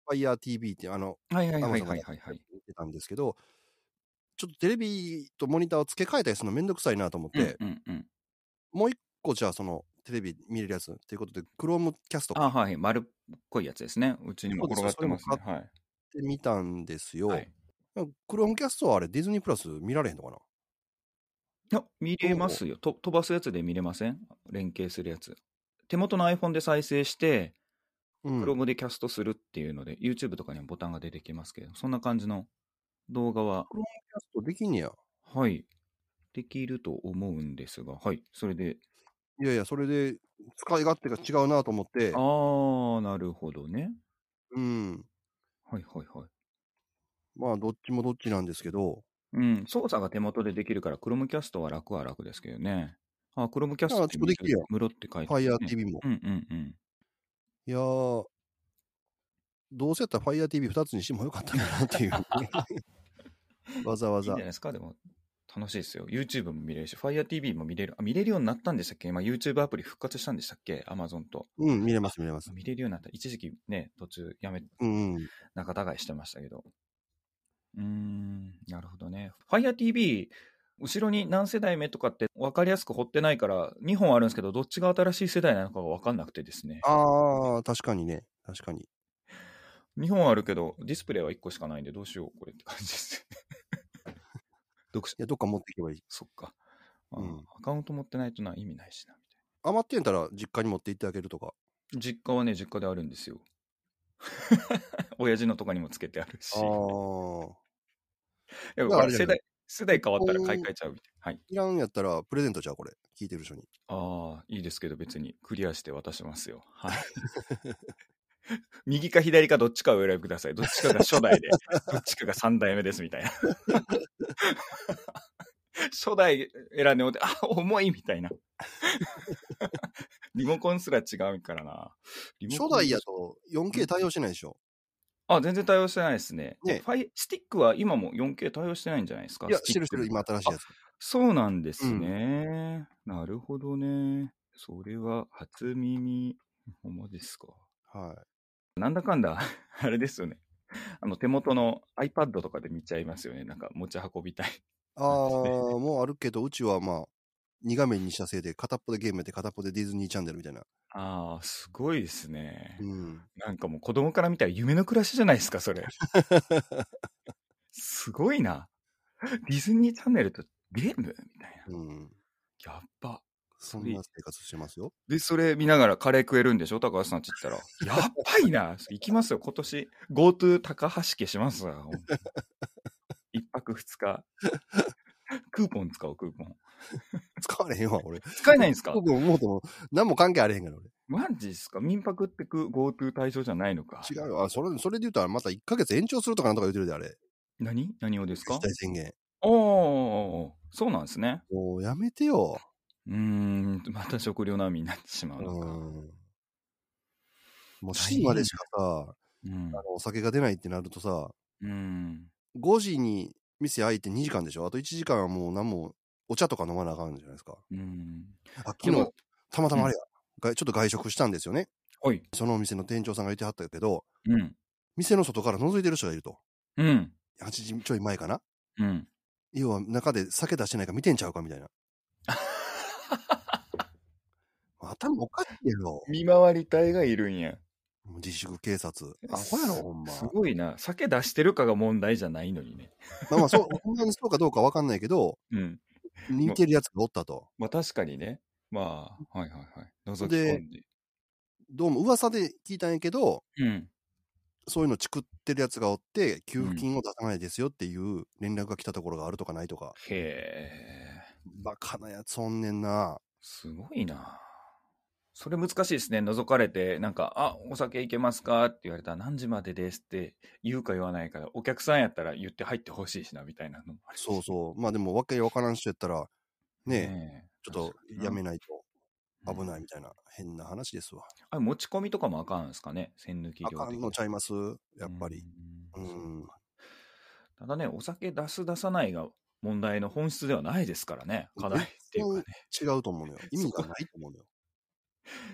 Speaker 2: FireTV ってあの、
Speaker 1: はいはい
Speaker 2: Amazon
Speaker 1: はい
Speaker 2: が
Speaker 1: はいはいはい。
Speaker 2: 見てたんですけど、ちょっとテレビとモニターを付け替えたりするのめんどくさいなと思って、
Speaker 1: うんうんうん。
Speaker 2: もう一個じゃあそのテレビ見れるやつということで、Chromecast を買
Speaker 1: あはい。丸っこいやつですね。うちにも
Speaker 2: そうです
Speaker 1: 転がってますね
Speaker 2: そ。
Speaker 1: はい。
Speaker 2: ってみたんですよ。
Speaker 1: はい、
Speaker 2: Chromecast はあれディズニープラス見られへんのかない
Speaker 1: や見れますよと。飛ばすやつで見れません連携するやつ。手元の iPhone で再生して、
Speaker 2: うん。
Speaker 1: クロムでキャストするっていうので、YouTube とかにもボタンが出てきますけれど、そんな感じの動画は、
Speaker 2: Chromecast できんねや。
Speaker 1: はい、できると思うんですが、はい、それで、
Speaker 2: いやいや、それで使い勝手が違うなと思って
Speaker 1: あ、ー、なるほどね。
Speaker 2: うん。
Speaker 1: はいはいはい。
Speaker 2: まあ、どっちもどっちなんですけど、
Speaker 1: うん、操作が手元でできるから、クロムキャストは楽は楽ですけどね。あ、クロムキャスト
Speaker 2: あちょっとできるやん
Speaker 1: ムロって書いてある、ね。
Speaker 2: FireTV も。
Speaker 1: うんうんうん。
Speaker 2: いやー、どうせやったら FireTV2 つにしてもよかったかなっていう。 わざわ
Speaker 1: いいんじゃ
Speaker 2: ざ
Speaker 1: な。いですか、でも。楽しいですよ。YouTube も見れるし、FireTV も見れる。あ、見れるようになったんでしたっけ今 YouTube アプリ復活したんでしたっけ ?Amazon と。
Speaker 2: うん、見れます、見れます。
Speaker 1: 見れるようになった。一時期ね、途中やめ
Speaker 2: うん、
Speaker 1: 仲違いしてましたけど。うーん、なるほどね。FireTV、後ろに何世代目とかって分かりやすく掘ってないから、2本あるんですけど、どっちが新しい世代なのかが分かんなくてですね。
Speaker 2: ああ、確かにね。確かに。
Speaker 1: 2本あるけど、ディスプレイは1個しかないんで、どうしよう、これって感じです。 読者
Speaker 2: い、や、どっか持っていけばいい。
Speaker 1: そっか、あ
Speaker 2: うん
Speaker 1: アカウント持ってないとな、意味ないしな、み
Speaker 2: 余ってんやったら実家に持って行ってあげるとか。
Speaker 1: たいな。実家はね、実家であるん ですよ。親父のとかにもつけてあるし。
Speaker 2: ああ。
Speaker 1: やっ
Speaker 2: だから
Speaker 1: ぱ
Speaker 2: あれじゃ
Speaker 1: 世
Speaker 2: ない
Speaker 1: 代、世代変わったら買い替えちゃうみたいな。はい。
Speaker 2: いらんやったらプレゼントじゃあこれ。聞いてる人に。
Speaker 1: ああ、いいですけど、別にクリアして渡しますよ。はい。 右か左かどっちかをお選びください。どっちかが初 代で、どっちかが3代目ですみたいな。初代選んでもって、あ、重いみたい な。リモコンすら違うからな。リモコ
Speaker 2: 初
Speaker 1: ン
Speaker 2: 代やと 4K 対応してないでしょ。
Speaker 1: あ、全然対応してないですね。
Speaker 2: ね
Speaker 1: ファイスティックは今も 4K 対応してないんじゃないですか
Speaker 2: いや、
Speaker 1: ス
Speaker 2: し
Speaker 1: ティ
Speaker 2: て
Speaker 1: ック
Speaker 2: るしてる、今新しいやつ。
Speaker 1: そうなんですね。なるほどね。それは初耳。ほんまですか。
Speaker 2: は
Speaker 1: なんだかんだ、 あれですよね。あの手元の iPad とかで見ちゃいますよね。なんか持ち運びたい。
Speaker 2: い。ああ、もうあるけど、うちはまあ、2画面にしたせいで、片っぽでゲームやって、片っぽでディズニーチャンネル みたいな。
Speaker 1: ああ、すごいですね
Speaker 2: う。ん。
Speaker 1: なんかもう子供から見たら夢の暮らしじゃないですか、そ れ。すごいな。ディズニーチャンネルとゲームみたいな。
Speaker 2: うん。
Speaker 1: やっば。
Speaker 2: そんな生活してますよ。
Speaker 1: で、それ見ながらカレー食えるんでしょ高橋さんち言ったら。やっばいな。 行きますよ、今年。GoTo 高橋家しますわ。ほんと一泊二日。クーポン使おう、クーポン。
Speaker 2: 使われ へんわ、俺。
Speaker 1: 使えないんですか
Speaker 2: 僕も思うても、何も関係あれへんから、俺。
Speaker 1: マジですか民泊ってく GoTo 対象じゃないのか。
Speaker 2: 違うよ。あ、それ、それで言うと、また1ヶ月延長するとかなんとか言ってるで、あれ。
Speaker 1: 何何をですか
Speaker 2: 自体宣言。
Speaker 1: おーおーおーそうなんですね。
Speaker 2: もうやめてよ。
Speaker 1: うーん、また食料難民になってしま
Speaker 2: う
Speaker 1: うのか。
Speaker 2: ん。もう C までしかさ、
Speaker 1: うん
Speaker 2: あ。のお酒が出ないってなるとさ、
Speaker 1: うん。
Speaker 2: 5時に店開いて2時間でしょあと1時間はもう何も、お茶とか飲まなあかんじゃないですか。
Speaker 1: うん。
Speaker 2: あ、
Speaker 1: で
Speaker 2: 昨日
Speaker 1: も、
Speaker 2: たまたまあれや、外ちょっと外食したんですよね。
Speaker 1: はい。
Speaker 2: そのお店の店長さんが言ってはったけど、
Speaker 1: うん。
Speaker 2: 店の外から覗いてる人がいると。
Speaker 1: うん。
Speaker 2: 8時ちょい前かな
Speaker 1: うん。
Speaker 2: 要は中で酒出してないか見てんちゃうかみた いな。頭おかしいやろ。
Speaker 1: 見回り隊がいるんや。
Speaker 2: もう自粛警察。アホやろ、ほんま。
Speaker 1: すごいな。酒出してるかが問題じゃないのにね。
Speaker 2: まあまあ、そう、ほんまにそうかどうかわかんない けど、
Speaker 1: うん。
Speaker 2: 似てるやつがおったと。
Speaker 1: まあ確かにね。まあ、はいはいはい。覗き
Speaker 2: で
Speaker 1: 込んで。
Speaker 2: どうも噂で聞いたんやけど、
Speaker 1: うん。
Speaker 2: そういうのチクってるやつがおって、給付金を出さないですよっていう連絡が来たところがあるとかないとか。
Speaker 1: へえ。
Speaker 2: バカなやつおんねんな。
Speaker 1: すごいな。それ難しいですね。覗かれて、なんか、あ、お酒いけますかって言われたら、何時までですって言うか言わないから、お客さんやったら言って入ってほしいしな、みたいなのもあるし
Speaker 2: そうそう。まあでも、わけわからん人やったら、ねえ、
Speaker 1: ねえ
Speaker 2: ちょっとやめないと
Speaker 1: うん
Speaker 2: 危ないみたいな、変な話ですわ。
Speaker 1: あれ持ち込みとかもあかんですかね、栓抜き
Speaker 2: あ
Speaker 1: 料
Speaker 2: かんのちゃいますやっぱり。。
Speaker 1: う
Speaker 2: うんん。
Speaker 1: ただね、お酒出す出さないが問題の本質ではないですからね、課題っていうかね。
Speaker 2: 違うと思うのよ。意味がないと思うのよ。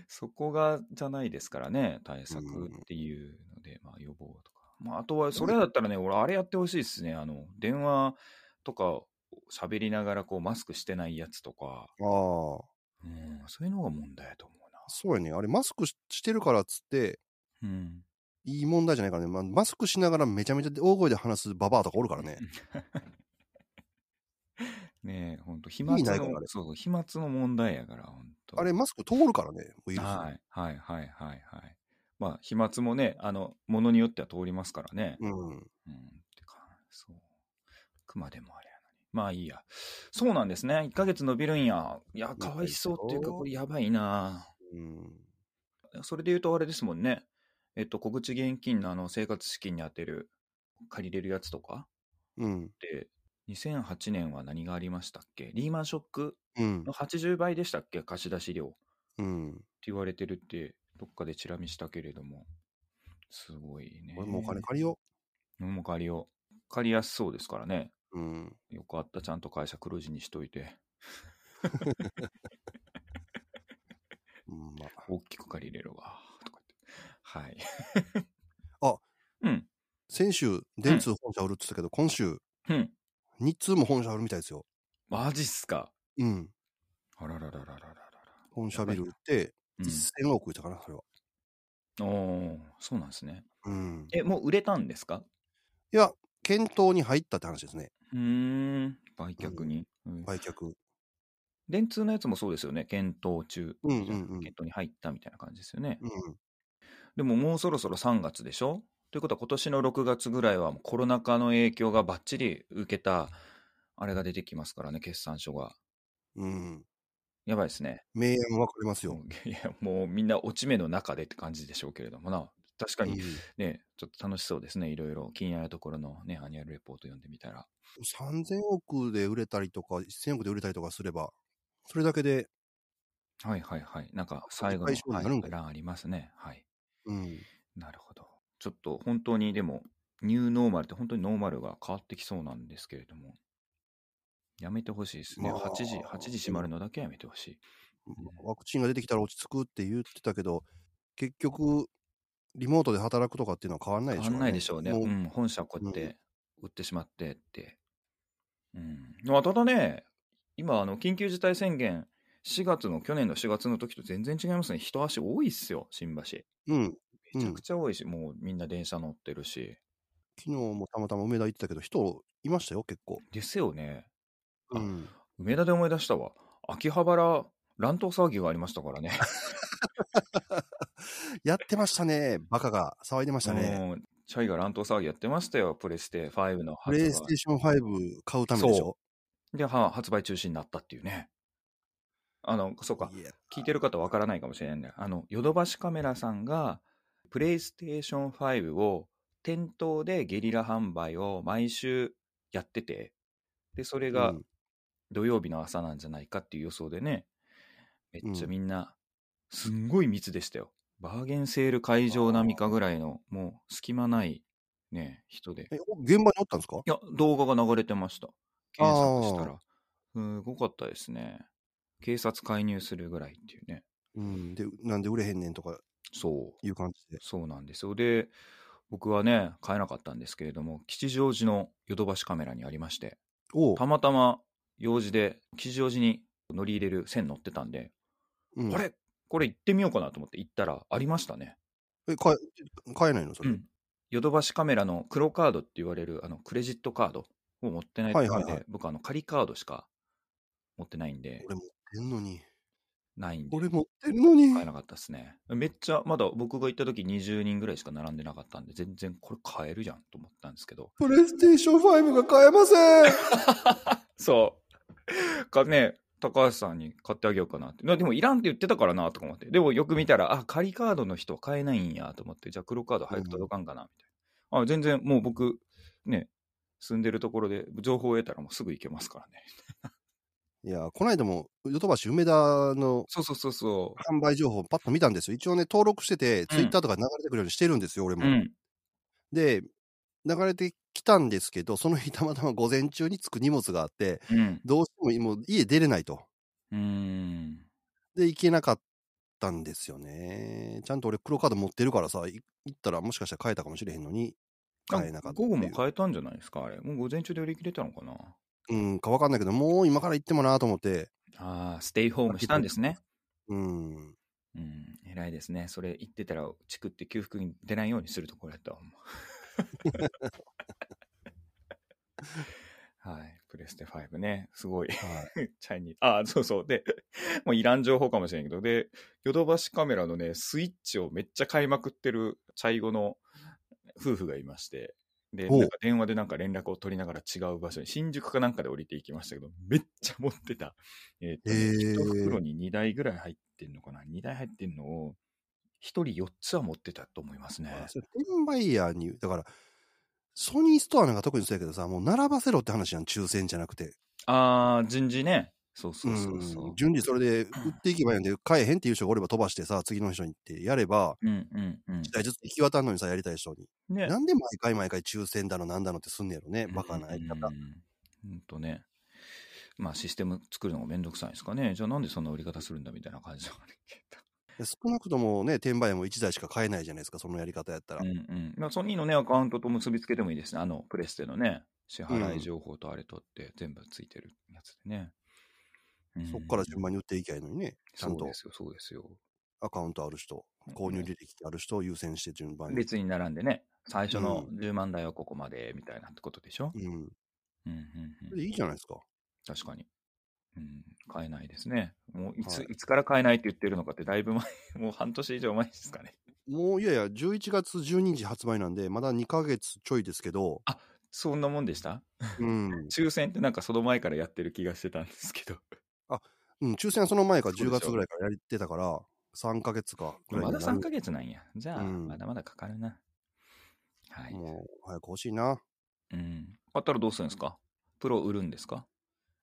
Speaker 1: そこがじゃないですからね、対策っていうので、まあ予防とか。まああとは、それだったらね、俺あれやってほしいですね。あの、電話とか喋りながらこうマスクしてないやつとか、
Speaker 2: ああ。
Speaker 1: うん、そういうのが問題だと思
Speaker 2: そうやね。あれ、マスクししてるからっつって、
Speaker 1: うな。うん。
Speaker 2: いい問題じゃないからね。まあ、マスクしながらめちゃめちゃ大声で話すババアとかおるから ね。
Speaker 1: ねえ、ほんと、飛
Speaker 2: 味な
Speaker 1: 沫
Speaker 2: い
Speaker 1: の
Speaker 2: からあれ、
Speaker 1: そうそう、飛沫の問題やから、ほんと。
Speaker 2: あれ、マスク通るからね、ウイルス。
Speaker 1: はいはいはいはいはい。まあ、飛沫もね、あの、ものによっては通りますからね。
Speaker 2: うん。
Speaker 1: うん、ってか、そう。熊でもあれやのに。まあいいや。そうなんですね。1ヶ月伸びるんや。いや、かわいそうっていうか、これやばいな。
Speaker 2: うん。
Speaker 1: それで言うとあれですもんね。えっと、小口現金のあの生活資金に充てる、借りれるやつとか
Speaker 2: うん。
Speaker 1: で、2008年は何がありましたっけリーマンショック
Speaker 2: うん
Speaker 1: の。80倍でしたっけ貸し出し量。
Speaker 2: うん。
Speaker 1: って言われてるって、どっかでチラ見したけれども、すごいね。
Speaker 2: 俺もお金借りよ
Speaker 1: 俺も借りよう。借りやすそうですからね。
Speaker 2: う。うん。
Speaker 1: よかった、ちゃんと会社黒字にしといて、
Speaker 2: うんまあ、
Speaker 1: 大きく借りれるわ、とか言って。
Speaker 2: あ
Speaker 1: はい。うん、
Speaker 2: 先週、電通本社売るって言ったけど、今週、
Speaker 1: うん。
Speaker 2: 日通も本社売るみたいですよ。
Speaker 1: マジっすか。
Speaker 2: うん。
Speaker 1: あらららららららら。
Speaker 2: 本社ビル売って、
Speaker 1: う
Speaker 2: 1000億売ったかな、それは。
Speaker 1: ん、おーそうなんですね。
Speaker 2: うん。
Speaker 1: え、もう売れたんですか
Speaker 2: いや、検討に入ったって話ですね。
Speaker 1: うーん、売却に。うん
Speaker 2: 売却。
Speaker 1: 電通のやつもそうですよね、検討中。
Speaker 2: うんうんうん
Speaker 1: 検討に入ったみたいな感じですよね。
Speaker 2: うん。
Speaker 1: でももうそろそろ3月でしょということは今年の6月ぐらいはもうコロナ禍の影響がばっちり受けたあれが出てきますからね、決算書が。
Speaker 2: うん。
Speaker 1: やばいですね。
Speaker 2: 明暗分かれますよ。
Speaker 1: もういや、もうみんな落ち目の中でって感じでしょうけれどもな。確か
Speaker 2: うん
Speaker 1: にね、ちょっと楽しそうですね。いろいろ気になるところのね、アニュアルレポート読んでみたら。
Speaker 2: 3000億で売れたりとか、1000億で売れたりとかすれば、それだけで、
Speaker 1: はいはいはい。なんか最後の、
Speaker 2: 解消
Speaker 1: は
Speaker 2: になるん
Speaker 1: い、
Speaker 2: かい
Speaker 1: 欄ありますね。はい。
Speaker 2: うん、
Speaker 1: なるほど。ちょっと本当にでも、ニューノーマルって本当にノーマルが変わってきそうなんですけれども、やめてほしいですね。
Speaker 2: まあ
Speaker 1: 8時、8時閉まるのだけやめてほしい。
Speaker 2: ワクチンが出てきたら落ち着くって言ってたけど、結局、リモートで働くとかっていうのは変わんないでしょ
Speaker 1: 変わんないでしょうね。
Speaker 2: も
Speaker 1: うん、本社こうやって売ってしまってって。うん。まあ、ただね、今、あの、緊急事態宣言、4月の、去年の4月の時と全然違いますね。人足多いっすよ、新橋。
Speaker 2: うん、
Speaker 1: めちゃくちゃ多いし、もうみんな電車乗ってるし。
Speaker 2: 昨日もたまたま梅田行ってたけど、人いましたよ、結構。
Speaker 1: ですよね。あ
Speaker 2: うん
Speaker 1: 梅田で思い出したわ。秋葉原、乱闘騒ぎがありました からね。
Speaker 2: やってましたね、バカが。騒いでましたね。
Speaker 1: うんチャイが乱闘騒ぎやってましたよ、プレステ5の
Speaker 2: プ
Speaker 1: 発
Speaker 2: レイステー
Speaker 1: 売。
Speaker 2: ション5買うためでしょ。
Speaker 1: で、は発売中止になったっていうね。あの、そうか、
Speaker 2: いや
Speaker 1: 聞いてる方わからないかもしれないんだよあの、ヨドバシカメラさんが、プレイステーション5を店頭でゲリラ販売を毎週やってて、で、それが
Speaker 2: うん
Speaker 1: 土曜日の朝なんじゃないかっていう予想でね、めっちゃ
Speaker 2: うん
Speaker 1: みんな、すんごい密でしたよ。バーゲンセール会場並みかぐらいの、もう隙間ないね、人で。
Speaker 2: え、お現場におったんですか
Speaker 1: いや、動画が流れてました。検索したら。すごかったですね。警察介入するぐらいっていうね。
Speaker 2: うん。で、なんで売れへんねんとか
Speaker 1: そう。
Speaker 2: いう感じで。
Speaker 1: そうなんですよ。で、僕はね、買えなかったんですけれども、吉祥寺のヨドバシカメラにありまして、
Speaker 2: おう
Speaker 1: たまたま用事で、吉祥寺に乗り入れる線乗ってたんで、
Speaker 2: うん、
Speaker 1: あれこれ行ってみようかなと思って行ったら、ありましたね。
Speaker 2: え、買え、買えないのそれ。
Speaker 1: うんヨドバシカメラの黒カードって言われる、あの、クレジットカードを持ってないとダメで、
Speaker 2: はいはいは
Speaker 1: 僕、あの、仮カードしか持ってないんで、
Speaker 2: 俺持ってんのに。
Speaker 1: ないんで、
Speaker 2: 俺持ってんのに。
Speaker 1: 買えなかったですね。めっちゃ、まだ僕が行った時20人ぐらいしか並んでなかったんで、全然これ買えるじゃんと思ったんですけど、
Speaker 2: プレイステーション5が買えません。
Speaker 1: そう。かね、高橋さんに買ってあげようかなって。なでも、いらんって言ってたからなとか思って。でも、よく見たら、あ、仮カードの人は買えないんやと思って、じゃあ黒カード早く届かんかな、みたいな。あ、全然、もう僕、ね、住んでるところで情報を得たらもうすぐ行けますからね。
Speaker 2: いや、この間も、ヨドバシ梅田の
Speaker 1: そうそうそうそ
Speaker 2: 販売情報パッと見たんですよ。一応ね、登録してて、
Speaker 1: うん
Speaker 2: ツイッターとかに流れてくるようにしてるんですよ、俺
Speaker 1: う。
Speaker 2: も。
Speaker 1: うん。
Speaker 2: で、流れてきたんですけど、その日たまたま午前中に着く荷物があって、
Speaker 1: うん。
Speaker 2: どうしてももう家出れないと。
Speaker 1: うーん。
Speaker 2: で、行けなかったんですよね。ちゃんと俺、黒カード持ってるからさ、い行ったらもしかしたら買えたかもしれへんのに、買えなかったってい
Speaker 1: 午
Speaker 2: う。
Speaker 1: 後も買えたんじゃないですか、あれ。もう午前中で売り切れたのかな。
Speaker 2: うん、かわかんないけど、もう今から行ってもなと思って。
Speaker 1: ああ、ステイホームしたんですね。
Speaker 2: うん。
Speaker 1: うん、偉いですね。それ言ってたら、地区って給付に出ないようにするところやとは思う。はい、プレステ5ね、すごい。
Speaker 2: はい
Speaker 1: チャイニーああ、そうそう。で、もういらん情報かもしれんけど、で、ヨドバシカメラのね、スイッチをめっちゃ買いまくってる茶色の夫婦がいまして、で、
Speaker 2: おう
Speaker 1: なんか電話でなんか連絡を取りながら違う場所に、新宿かなんかで降りていきましたけど、めっちゃ持ってた。えーとね
Speaker 2: へー
Speaker 1: 一袋に2台ぐらい入ってんのかな ?2 台入ってんのを、一人4つは持ってたと思いますね
Speaker 2: まあ。それ転売ヤーに、だから、ソニーストアなんか特にそうやけどさ、もう並ばせろって話やん、抽選じゃなくて。
Speaker 1: あー、人事ね。そうそうそうそう
Speaker 2: うん。順次それで売っていけばいいんで、買えへんっていう人がおれば飛ばしてさ、次の人にってやれば、
Speaker 1: うんうんうん
Speaker 2: 一。台ずつ行き渡るのにさ、やりたい人に。
Speaker 1: ね
Speaker 2: なんで毎回毎回抽選だの、なんだのってすんねやろね、バカなやり
Speaker 1: うんう
Speaker 2: 方
Speaker 1: ん。うん。ほんとね。まあシステム作るのがめんどくさいんですかね。じゃあなんでそんな売り方するんだみたいな感じのあれ
Speaker 2: 少なくともね、転売ヤーも1台しか買えないじゃないですか、そのやり方やったら。
Speaker 1: うんうん。まあソニーのね、アカウントと結びつけてもいいですね。あの、プレステのね、支払い情報とあれとって全部ついてるやつでね。うん
Speaker 2: そっから順番に売っていきゃいいのにね、ちゃん
Speaker 1: そう
Speaker 2: と
Speaker 1: ですよ、そうですよ。
Speaker 2: アカウントある人、購入履歴ある人を優先して順番に。
Speaker 1: 列に並んでね、最初の
Speaker 2: う
Speaker 1: 10万台はここまでみたいなってことでしょ
Speaker 2: う。ん。
Speaker 1: うんうん
Speaker 2: そ
Speaker 1: うん
Speaker 2: れでいいじゃないですか。
Speaker 1: 確かに。うん、買えないですね。もういつ、
Speaker 2: はい
Speaker 1: い、つから買えないって言ってるのかってだいぶ前、 もう半年以上前ですかね。
Speaker 2: もういやいや、11月12日発売なんで、まだ2ヶ月ちょいですけど、
Speaker 1: そんなもんでした
Speaker 2: うん、
Speaker 1: 抽選ってなんかその前からやってる気がしてたんです けど。
Speaker 2: うん、抽選はその前から
Speaker 1: そうで
Speaker 2: 10
Speaker 1: しょ
Speaker 2: 月ぐらいからやってたから、3ヶ月かぐらい
Speaker 1: ま
Speaker 2: に
Speaker 1: だ
Speaker 2: な
Speaker 1: 3
Speaker 2: る。
Speaker 1: ヶ月なんや。じゃあ、
Speaker 2: うん
Speaker 1: まだまだかかるな。はい。
Speaker 2: もう早く欲しいな。
Speaker 1: うん。買ったらどうするんですかプロ売るんですか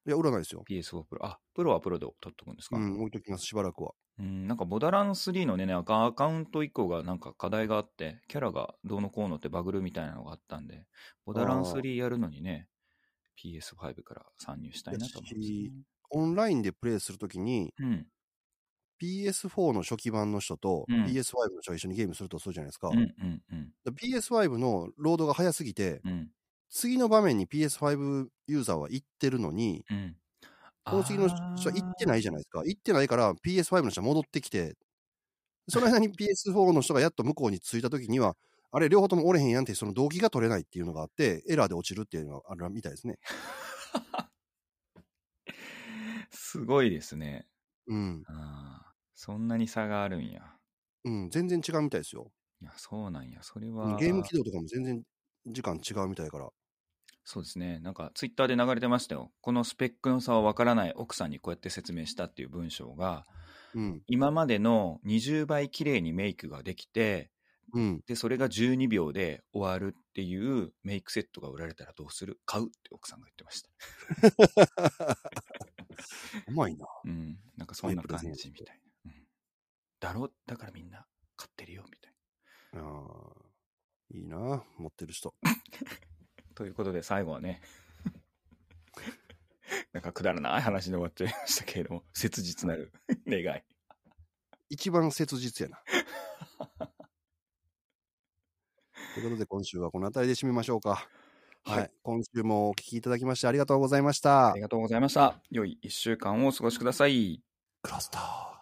Speaker 2: いや、売らないですよ。
Speaker 1: ?PS4 プロ。あ、プロはプロで取っとくんですか、
Speaker 2: う、
Speaker 1: うんん、
Speaker 2: 置いときます、しばらくは。
Speaker 1: なんかボダラン3のね、なんかアカウント以降がなんか課題があって、キャラがどうのこうのってバグるみたいなのがあったんで、ボダラン3やるのにね、PS5 から参入したいなと思うんですよね
Speaker 2: オンラインでプレイするときに、
Speaker 1: うん。
Speaker 2: PS4 の初期版の人と
Speaker 1: うん
Speaker 2: PS5 の人が一緒にゲームするとするじゃないですか。
Speaker 1: うんうんうん。
Speaker 2: だ PS5 のロードが早すぎて、
Speaker 1: うん。
Speaker 2: 次の場面に PS5 ユーザーは行ってるのに、
Speaker 1: うん。
Speaker 2: その次の人は行ってないじゃないですか。行ってないから PS5 の人は戻ってきて、その間に PS4 の人がやっと向こうに着いた時には、あれ、両方とも折れへんやんって、その動機が取れないっていうのがあって、エラーで落ちるっていうのがあるみたいですね。
Speaker 1: すごいですね。
Speaker 2: うん。
Speaker 1: ああ、そんなに差があるんや。
Speaker 2: うん、全然違うみたいですよ。
Speaker 1: いや、そうなんや。それ
Speaker 2: う
Speaker 1: は
Speaker 2: ん、ゲーム起動とかも全然時間違うみたいから。
Speaker 1: そうですね。なんか、ツイッターで流れてましたよ。このスペックの差はわからない奥さんにこうやって説明したっていう文章が、
Speaker 2: うん。
Speaker 1: 今までの20倍綺麗にメイクができて、
Speaker 2: うん。
Speaker 1: で、それが12秒で終わるっていうメイクセットが売られたらどうする買うって奥さんが言ってました。
Speaker 2: うまいな。
Speaker 1: うん。なんかそんな感
Speaker 2: はいプレ
Speaker 1: じ
Speaker 2: ゼン
Speaker 1: み
Speaker 2: ト
Speaker 1: たいな。うん、だろだからみんな買ってるよ、みたいな。
Speaker 2: あーいいな持ってる人。
Speaker 1: ということで最後はね なんかくだらない話で終わっちゃいましたけれども切実なる願い
Speaker 2: 一番切実やな。ということで、今週はこの辺りで締めましょうか。
Speaker 1: はい
Speaker 2: はい。今週もお聞きいただきましてありがとうございました
Speaker 1: あり。がとうございました良い1週間をお過ごしください
Speaker 2: クロスター。